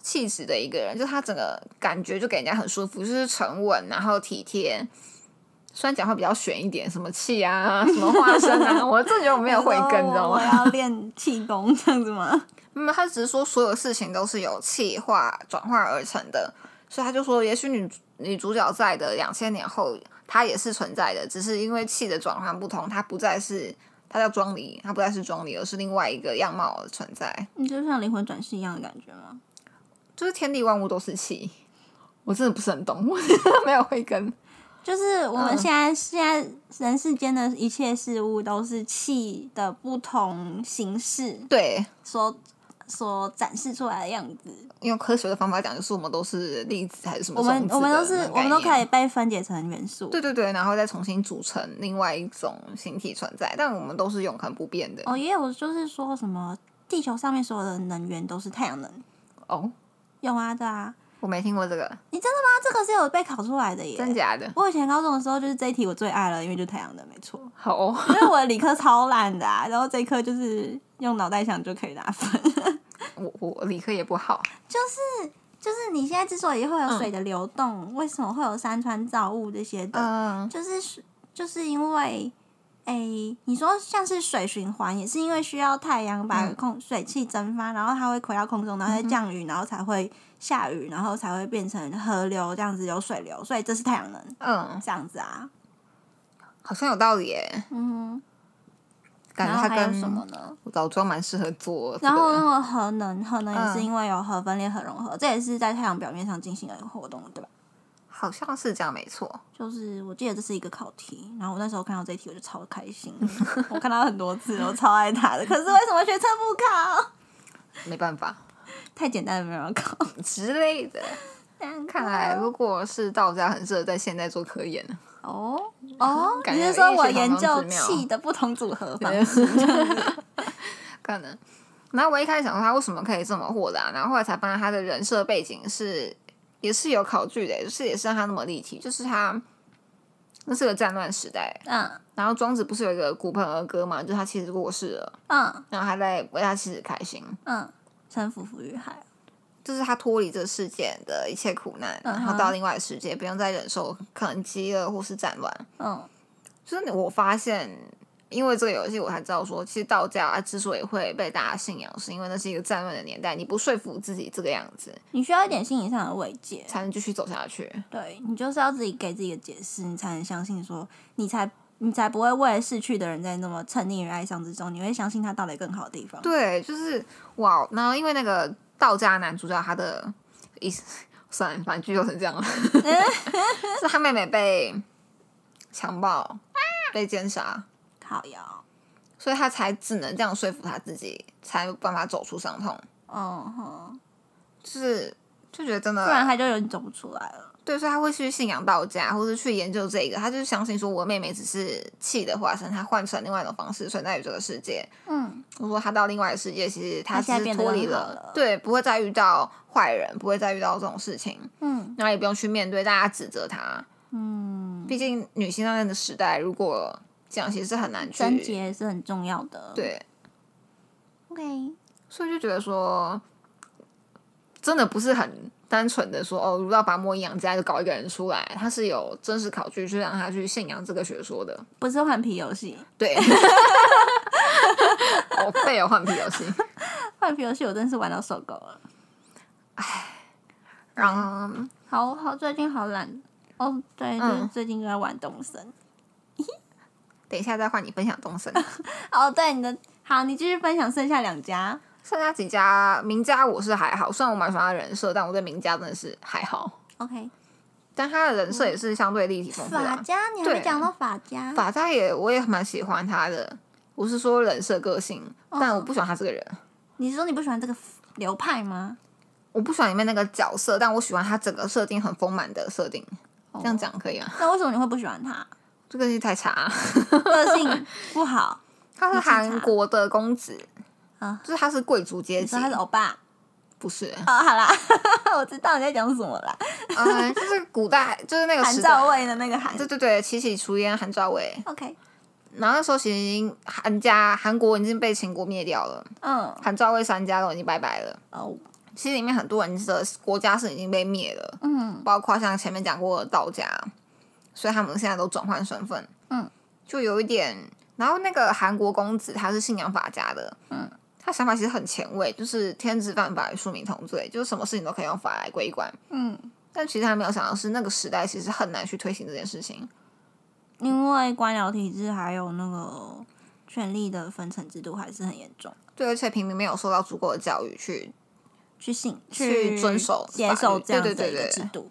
[SPEAKER 1] 气质的一个人，就他整个感觉就给人家很舒服，就是沉稳，然后体贴。虽然讲话比较悬一点，什么气啊，什么花生啊，我真的觉得我没有慧根，你知道
[SPEAKER 2] 我
[SPEAKER 1] 吗？
[SPEAKER 2] 要练气功这样子吗？
[SPEAKER 1] 那么他只是说所有事情都是由气化转化而成的，所以他就说，也许女女主角在的两千年后，她也是存在的，只是因为气的转换不同，她不再是她叫庄离，她不再是庄离，而是另外一个样貌的存在，
[SPEAKER 2] 你就像灵魂转世一样的感觉吗？
[SPEAKER 1] 就是天地万物都是气。我真的不是很懂，我 没有慧根。
[SPEAKER 2] 就是我们
[SPEAKER 1] 嗯
[SPEAKER 2] 现在、现在人世间的一切事物都是气的不同形式
[SPEAKER 1] 对，
[SPEAKER 2] 所所展示出来的样子。
[SPEAKER 1] 用科学的方法讲，就是我们都是粒子还是什么
[SPEAKER 2] 我
[SPEAKER 1] 种
[SPEAKER 2] 们
[SPEAKER 1] 子
[SPEAKER 2] 我们
[SPEAKER 1] 的
[SPEAKER 2] 都是
[SPEAKER 1] 那种
[SPEAKER 2] 我们都
[SPEAKER 1] 概
[SPEAKER 2] 可
[SPEAKER 1] 念
[SPEAKER 2] 以被分解成元素。
[SPEAKER 1] 对对对，然后再重新组成另外一种形体存在，但我们都是永恒不变的。
[SPEAKER 2] 哦，也有就是说什么地球上面所有的能源都是太阳能。
[SPEAKER 1] 哦，
[SPEAKER 2] 有啊，对啊，
[SPEAKER 1] 我没听过这个，
[SPEAKER 2] 那这个是有被考出来的耶。
[SPEAKER 1] 真假的？
[SPEAKER 2] 我以前高中的时候就是这一题我最爱了，因为就太阳能没错，
[SPEAKER 1] 好、哦，
[SPEAKER 2] 因为我的理科超烂的啊，然后这一科就是用脑袋想就可以拿分。
[SPEAKER 1] 我我理科也不好，
[SPEAKER 2] 就是你现在之所以会有水的流动，为什么会有山川造物这些的，
[SPEAKER 1] 嗯，
[SPEAKER 2] 就是就是因为诶，你说像是水循环，也是因为需要太阳把
[SPEAKER 1] 嗯
[SPEAKER 2] 空水汽蒸发，然后它会回到空中，然后再降雨，然后才会下雨，然后才会变成河流这样子有水流，所以这是太阳能
[SPEAKER 1] 嗯，
[SPEAKER 2] 这样子啊。
[SPEAKER 1] 好像有道理耶，
[SPEAKER 2] 嗯，
[SPEAKER 1] 感
[SPEAKER 2] 然
[SPEAKER 1] 觉
[SPEAKER 2] 后
[SPEAKER 1] 它
[SPEAKER 2] 还有什么
[SPEAKER 1] 跟
[SPEAKER 2] 呢？
[SPEAKER 1] 老庄蛮适合做这
[SPEAKER 2] 然后那
[SPEAKER 1] 个。
[SPEAKER 2] 个核能，核能也是
[SPEAKER 1] 嗯
[SPEAKER 2] 因为有核分裂、核融合，这也是在太阳表面上进行的活动，对吧？
[SPEAKER 1] 好像是这样，没错。
[SPEAKER 2] 就是我记得这是一个考题，然后我那时候看到这一题我就超开心，我看到很多次，我超爱它的。可是为什么学测不考？
[SPEAKER 1] 没办法
[SPEAKER 2] 太简单了，没有人 考。啊
[SPEAKER 1] 之类的。看来，如果是道家，很适合在现在做科研。
[SPEAKER 2] 哦 哦，
[SPEAKER 1] 感
[SPEAKER 2] 你
[SPEAKER 1] 觉
[SPEAKER 2] 是说
[SPEAKER 1] 异曲
[SPEAKER 2] 我
[SPEAKER 1] 同
[SPEAKER 2] 研
[SPEAKER 1] 工之
[SPEAKER 2] 究
[SPEAKER 1] 妙
[SPEAKER 2] 气的不同组合方式？
[SPEAKER 1] 可能。然后我一开始想说他为什么可以这么豁达，然后后来才发现他的人设背景是也是有考据的，就是也是让他那么立体，就是他那是个战乱时代，
[SPEAKER 2] 嗯
[SPEAKER 1] 然后庄子不是有一个骨盆儿歌嘛，就是他其实过世了，
[SPEAKER 2] 嗯
[SPEAKER 1] 然后他在为他妻子开心，
[SPEAKER 2] 嗯，臣服浮于海。
[SPEAKER 1] 就是他脱离这个世界的一切苦难，
[SPEAKER 2] 嗯
[SPEAKER 1] 然
[SPEAKER 2] 哼
[SPEAKER 1] 后到另外的世界，不用再忍受可能饥饿或是战乱。
[SPEAKER 2] 嗯
[SPEAKER 1] 就是我发现，因为这个游戏，我才知道说，其实道家之所以会被大家信仰，是因为那是一个战乱的年代，你不说服自己这个样子，
[SPEAKER 2] 你需要一点心理上的慰藉，
[SPEAKER 1] 才能继续走下去。
[SPEAKER 2] 对你就是要自己给自己的解释，你才能相信说，你才你才不会为了逝去的人在那么沉溺于哀伤之中，你会相信他到了更好的地方。
[SPEAKER 1] 对，就是哇，哦然后因为那个道家男主角他的意思， 算了，反正剧就成这样了， 是他妹妹被强暴，被奸杀。
[SPEAKER 2] 靠腰，
[SPEAKER 1] 所以他才只能这样说服他自己，才有办法走出伤痛。
[SPEAKER 2] 嗯哼，
[SPEAKER 1] 就是就觉得真的，
[SPEAKER 2] 不然他就有点走不出来了。
[SPEAKER 1] 对，所以他会去信仰道家，或者去研究这个。他就是相信说，我妹妹只是气的化身，她换成另外一种方式存在于这个世界。
[SPEAKER 2] 嗯
[SPEAKER 1] 我说她到另外的世界，其实她
[SPEAKER 2] 她
[SPEAKER 1] 只
[SPEAKER 2] 现在
[SPEAKER 1] 是
[SPEAKER 2] 变得
[SPEAKER 1] 脱离
[SPEAKER 2] 更好
[SPEAKER 1] 了
[SPEAKER 2] 了
[SPEAKER 1] 对，不会再遇到坏人，不会再遇到这种事情，
[SPEAKER 2] 嗯
[SPEAKER 1] 然后也不用去面对大家指责她。
[SPEAKER 2] 嗯，
[SPEAKER 1] 毕竟女性在那个时代，如果这样，其实是很难去
[SPEAKER 2] 贞洁是很重要的。
[SPEAKER 1] 对。
[SPEAKER 2] ，OK，
[SPEAKER 1] 所以就觉得说，真的不是很单纯的说哦，儒道法墨阴阳家就搞一个人出来，他是有真实考据去让他去信仰这个学说的。
[SPEAKER 2] 不是换皮游戏。
[SPEAKER 1] 对， 好废哦，换皮游戏。
[SPEAKER 2] 换皮游戏我真是玩到受够了，
[SPEAKER 1] 然后
[SPEAKER 2] 好好最近好懒哦，对，就是
[SPEAKER 1] 嗯
[SPEAKER 2] 最近就在玩动森。
[SPEAKER 1] 等一下再换你分享东森，
[SPEAKER 2] 哦，对，你的好，你继续分享剩下两家。
[SPEAKER 1] 剩下几家名家我是还好，虽然我蛮喜欢他的人设，但我对名家真的是还好。
[SPEAKER 2] OK，
[SPEAKER 1] 但他的人设也是相对立体丰富的、
[SPEAKER 2] 法
[SPEAKER 1] 啊。
[SPEAKER 2] 家，你还
[SPEAKER 1] 对
[SPEAKER 2] 没讲到法家。
[SPEAKER 1] 法家也我也蛮喜欢他的，我是说人设个性，
[SPEAKER 2] 哦
[SPEAKER 1] 但我不喜欢他这个人。
[SPEAKER 2] 你是说你不喜欢这个流派 吗？
[SPEAKER 1] 我不喜欢里面那个角色，但我喜欢他整个设定很丰满的设定。
[SPEAKER 2] 哦
[SPEAKER 1] 这样，讲可以吗？
[SPEAKER 2] 那为什么你会不喜欢他？
[SPEAKER 1] 这个戏太差、
[SPEAKER 2] 个性不好，
[SPEAKER 1] 他是韩国的公子，
[SPEAKER 2] 啊
[SPEAKER 1] 就是他是贵族阶
[SPEAKER 2] 你
[SPEAKER 1] 级
[SPEAKER 2] 说，他是欧巴。
[SPEAKER 1] 不是？
[SPEAKER 2] 哦，好啦， 我知道你在讲什么啦，
[SPEAKER 1] 嗯，就是古代，就是那个
[SPEAKER 2] 韩
[SPEAKER 1] 时
[SPEAKER 2] 兆
[SPEAKER 1] 代。
[SPEAKER 2] 卫的那个韩
[SPEAKER 1] 对。对对，齐齐楚燕、韩兆伟，
[SPEAKER 2] OK，
[SPEAKER 1] 然后那时候其实已经韩家、韩国已经被秦国灭掉了，
[SPEAKER 2] 嗯，
[SPEAKER 1] 韩兆卫三家都已经拜拜了。
[SPEAKER 2] 哦，
[SPEAKER 1] 其实里面很多人的国家是已经被灭了，
[SPEAKER 2] 嗯
[SPEAKER 1] 包括像前面讲过的道家，所以他们现在都转换身份，
[SPEAKER 2] 嗯，
[SPEAKER 1] 就有一点。然后那个韩国公子他是信仰法家的，
[SPEAKER 2] 嗯，
[SPEAKER 1] 他想法其实很前卫，就是天子犯法与庶民同罪，就是什么事情都可以用法来规管。
[SPEAKER 2] 嗯，
[SPEAKER 1] 但其实他没有想到是那个时代其实很难去推行这件事情，
[SPEAKER 2] 因为官僚体制还有那个权力的分层制度还是很严重，
[SPEAKER 1] 对，而且平民没有受到足够的教育去，
[SPEAKER 2] 去信
[SPEAKER 1] 去遵守
[SPEAKER 2] 接受这样
[SPEAKER 1] 对
[SPEAKER 2] 子
[SPEAKER 1] 对对
[SPEAKER 2] 的一个
[SPEAKER 1] 对
[SPEAKER 2] 制度。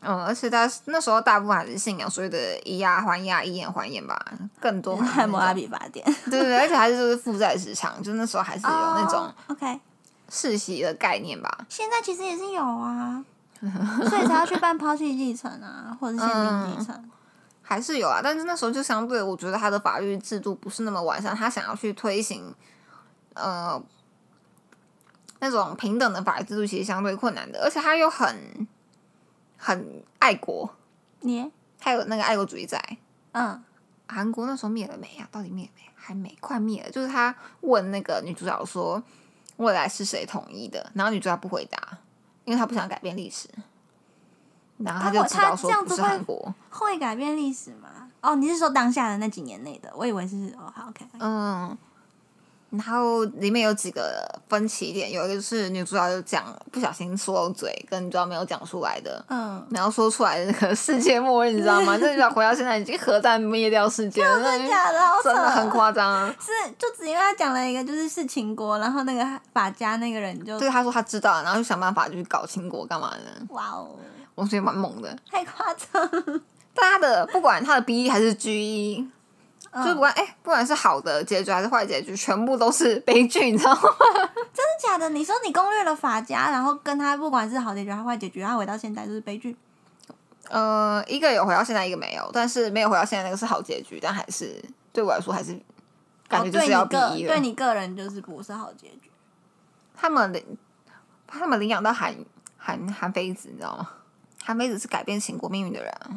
[SPEAKER 1] 嗯，而且在那时候大部分还是信仰所谓的以牙还牙、以眼还眼吧，更多还是那
[SPEAKER 2] 汉
[SPEAKER 1] 种
[SPEAKER 2] 摩拉比法典，
[SPEAKER 1] 对对对，而且嗯还是就是负债市场，就那时候还是有那种
[SPEAKER 2] 哦 OK，
[SPEAKER 1] 世袭的概念吧。
[SPEAKER 2] 现在其实也是 有啊，所以才要去办抛弃继承啊， 或者是限定继
[SPEAKER 1] 嗯
[SPEAKER 2] 承。
[SPEAKER 1] 还是有啊，但是那时候就相对，我觉得他的法律制度不是那么完善，他想要去推行，呃，那种平等的法律制度其实相对困难的，而且他又很很爱国，
[SPEAKER 2] 你
[SPEAKER 1] 他有那个爱国主义在。
[SPEAKER 2] 嗯
[SPEAKER 1] 韩国那时候灭了没啊？到底灭了没？还没，快灭了。就是他问那个女主角说，未来是谁统一的？然后女主角不回答，因为她不想改变历史。然后他就知道说
[SPEAKER 2] 她会她这样
[SPEAKER 1] 不
[SPEAKER 2] 子
[SPEAKER 1] 是
[SPEAKER 2] 会
[SPEAKER 1] 韩国，
[SPEAKER 2] 会改变历史吗？哦，你是说当下的那几年内的？我以为是哦，好，OK，
[SPEAKER 1] 嗯，然后里面有几个分歧点，有一个就是女主角就讲不小心说漏嘴，跟女主角没有讲出来的，
[SPEAKER 2] 嗯，
[SPEAKER 1] 然后说出来的那个世界末日，你知道 吗？这女主角回到现在已经核弹灭掉世界了，
[SPEAKER 2] 真的嗯假的？好扯
[SPEAKER 1] 真的很夸张啊！
[SPEAKER 2] 是就只因为他讲了一个就是是秦国，然后那个法家那个人就
[SPEAKER 1] 对，他说他知道，然后就想办法去搞秦国干嘛呢？
[SPEAKER 2] 哇哦，
[SPEAKER 1] 我觉得蛮猛的。
[SPEAKER 2] 太夸张了，
[SPEAKER 1] 但他的不管他的 B 一还是 G 一、
[SPEAKER 2] 嗯
[SPEAKER 1] 就是不管哎、不管是好的结局还是坏结局，全部都是悲剧，你知道吗？
[SPEAKER 2] 真的假的？你说你攻略了法家，然后跟他不管是好结局还是坏结局，他回到现在就是悲剧。
[SPEAKER 1] 呃，一个有回到现在，一个没有，但是没有回到现在那个是好结局，但还是对我来说还是感觉
[SPEAKER 2] 哦
[SPEAKER 1] 就
[SPEAKER 2] 对
[SPEAKER 1] 是
[SPEAKER 2] 你
[SPEAKER 1] 要 B
[SPEAKER 2] 个
[SPEAKER 1] 一了。
[SPEAKER 2] 对你个人就是不是好结局。
[SPEAKER 1] 他们领他们领养到韩韩韩非子，你知道吗？韩非子是改变秦国命运的人啊，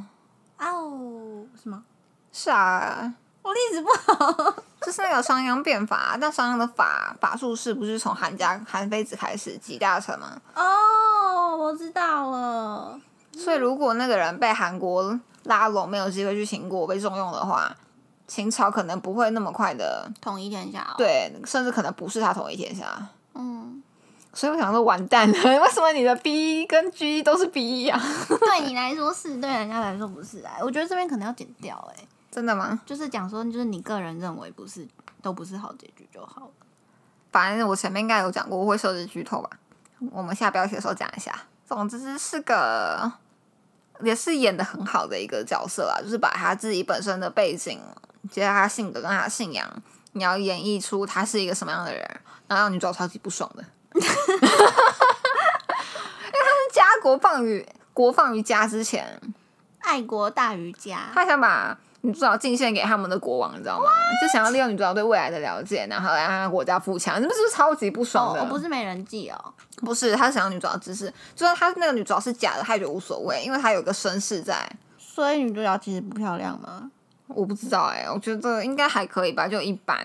[SPEAKER 2] 啊哦，什么？
[SPEAKER 1] 是啊，
[SPEAKER 2] 我历史不好。
[SPEAKER 1] 就是那个商鞅变法，但商鞅的法法术是不是从韩家韩非子开始集大成吗？
[SPEAKER 2] 哦，我知道了。
[SPEAKER 1] 所以如果那个人被韩国拉拢，没有机会去秦国被重用的话，秦朝可能不会那么快的，
[SPEAKER 2] 统一天下、哦。，
[SPEAKER 1] 对，甚至可能不是他统一天下。
[SPEAKER 2] 嗯，
[SPEAKER 1] 所以我想说，完蛋了， 为什么你的 B 跟 G 都是 B 啊？
[SPEAKER 2] 对你来说是，对人家来说不是啊。我觉得这边可能要剪掉、欸，哎，
[SPEAKER 1] 真的吗？
[SPEAKER 2] 就是讲说，就是你个人认为不是，都不是好结局就好了。
[SPEAKER 1] 反正我前面应该有讲过，我会设置剧透吧。我们下标题的时候讲一下。总之是个也是演的很好的一个角色啦，就是把他自己本身的背景，结合他性格跟他的信仰，你要演绎出他是一个什么样的人，然后让女主角超级不爽的，因为 他是家国放于国放于家之前，
[SPEAKER 2] 爱国大于家，
[SPEAKER 1] 他想把女主角进献给他们的国王，你知道吗？就想要利用女主角对未来的了解，然后来让他国家富强，你们是不是超级不爽
[SPEAKER 2] 哦，
[SPEAKER 1] 的？
[SPEAKER 2] 我不是没人记哦。
[SPEAKER 1] 不是，他是想要女主角知识，就算他那个女主角是假的，他也觉得无所谓，因为他有个身世在。
[SPEAKER 2] 所以女主角其实不漂亮吗？
[SPEAKER 1] 我不知道哎、我觉得应该还可以吧，就一般。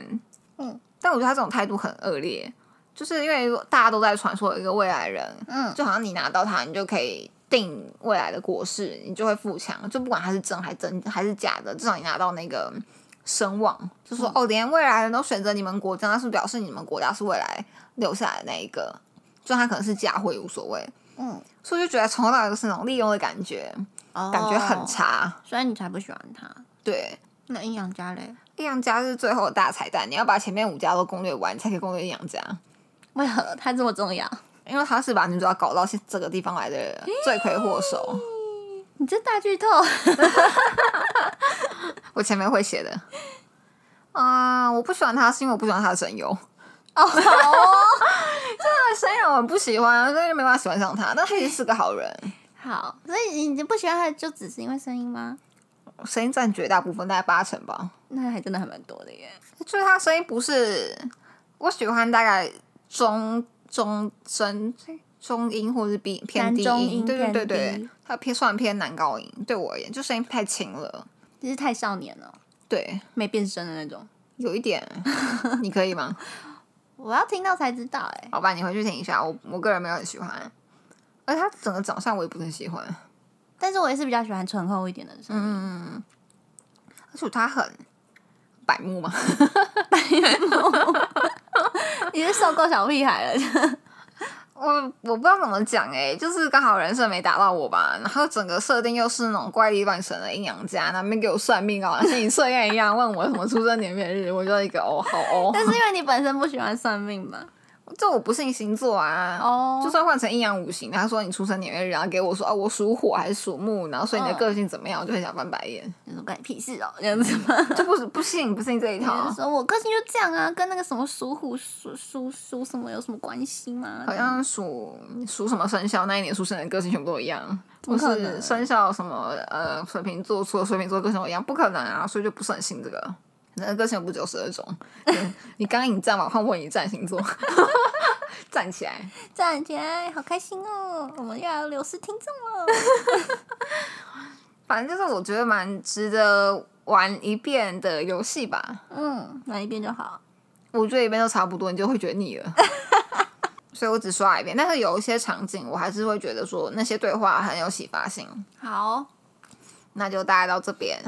[SPEAKER 2] 嗯，
[SPEAKER 1] 但我觉得他这种态度很恶劣，就是因为大家都在传说有一个未来人，
[SPEAKER 2] 嗯，
[SPEAKER 1] 就好像你拿到它，你就可以定未来的国事，你就会富强，就不管它是真还真还是假的，至少你拿到那个声望，就说、哦，连未来人都选择你们国家，那是不是表示你们国家是未来留下来的那一个，就算它可能是假货也无所谓。
[SPEAKER 2] 嗯，
[SPEAKER 1] 所以就觉得从头到尾都是那种利用的感觉，感觉很
[SPEAKER 2] 哦，
[SPEAKER 1] 差。
[SPEAKER 2] 所以你才不喜欢他。
[SPEAKER 1] 对，
[SPEAKER 2] 那阴阳家嘞？
[SPEAKER 1] 阴阳家是最后的大彩蛋，你要把前面五家都攻略完，你才可以攻略阴阳家。
[SPEAKER 2] 为何他这么重要？
[SPEAKER 1] 因为他是把女主角搞到现这个地方来的罪魁祸首，
[SPEAKER 2] 你这大剧透，
[SPEAKER 1] 我前面会写的。啊、我不喜欢他是因为我不喜欢他的声优。哦，好 哦，真的声优我不喜欢，所以就没办法喜欢上他。但他其实是个好人，
[SPEAKER 2] 好，所以你不喜欢他就只是因为声音吗？
[SPEAKER 1] 声音占绝大部分，大概八成吧。
[SPEAKER 3] 那还真的还蛮多的耶。
[SPEAKER 1] 就是他声音不是我喜欢，大概中中声中音或是比偏低
[SPEAKER 2] 男中音
[SPEAKER 1] 对对对
[SPEAKER 2] 偏
[SPEAKER 1] 对
[SPEAKER 2] 低，
[SPEAKER 1] 他偏算偏男高音，对我而言就声音太轻了。
[SPEAKER 2] 就是太少年了，
[SPEAKER 1] 对，
[SPEAKER 3] 没变身的那种，
[SPEAKER 1] 有一点， 你可以吗？
[SPEAKER 2] 我要听到才知道哎、
[SPEAKER 1] 好吧，你回去听一下。我我个人没有很喜欢，而且他整个长相我也不是很喜欢，
[SPEAKER 2] 但是我也是比较喜欢醇厚一点的声音。
[SPEAKER 1] 而且他很白目嘛，
[SPEAKER 2] 你是受够小屁孩了，
[SPEAKER 1] 我嗯我不知道怎么讲哎、就是刚好人设没打到我吧，然后整个设定又是那种怪力乱神的阴阳家，那边给我算命啊， 像你测验一样问我什么出生年月日，我就一个哦好哦，
[SPEAKER 2] 但是因为你本身不喜欢算命嘛。
[SPEAKER 1] 这我不信星座啊。
[SPEAKER 2] 哦
[SPEAKER 1] 就算换成阴阳五行，他说你出生年月日，然后给我说哦，我属火还是属木，然后所以你的
[SPEAKER 2] 嗯
[SPEAKER 1] 个性怎么样，我就很想翻白眼，
[SPEAKER 2] 就是关你屁事哦，这样子吗？
[SPEAKER 1] 就不是不信不信这一套啊
[SPEAKER 2] 就。是说我个性就这样啊，跟那个什么属虎、属属属什么有什么关系吗？
[SPEAKER 1] 好像属属什么生肖那一年出生的个性全部都一样，不
[SPEAKER 2] 可
[SPEAKER 1] 是
[SPEAKER 2] 能
[SPEAKER 1] 生肖什么呃水瓶座除了水瓶座个性都一样，不可能啊，所以就不是很信这个。那个性又不只有十二种，嗯你刚刚引战嘛，换我引战星座， 站起来。
[SPEAKER 2] 站起来，好开心哦！我们又要流失听众了。
[SPEAKER 1] 反正就是我觉得蛮值得玩一遍的游戏吧，
[SPEAKER 2] 嗯，玩一遍就好。
[SPEAKER 1] 我觉得一遍都差不多，你就会觉得腻了。 所以我只刷一遍，但是有一些场景我还是会觉得说那些对话很有启发性。
[SPEAKER 2] 好，
[SPEAKER 1] 那就大概到这边，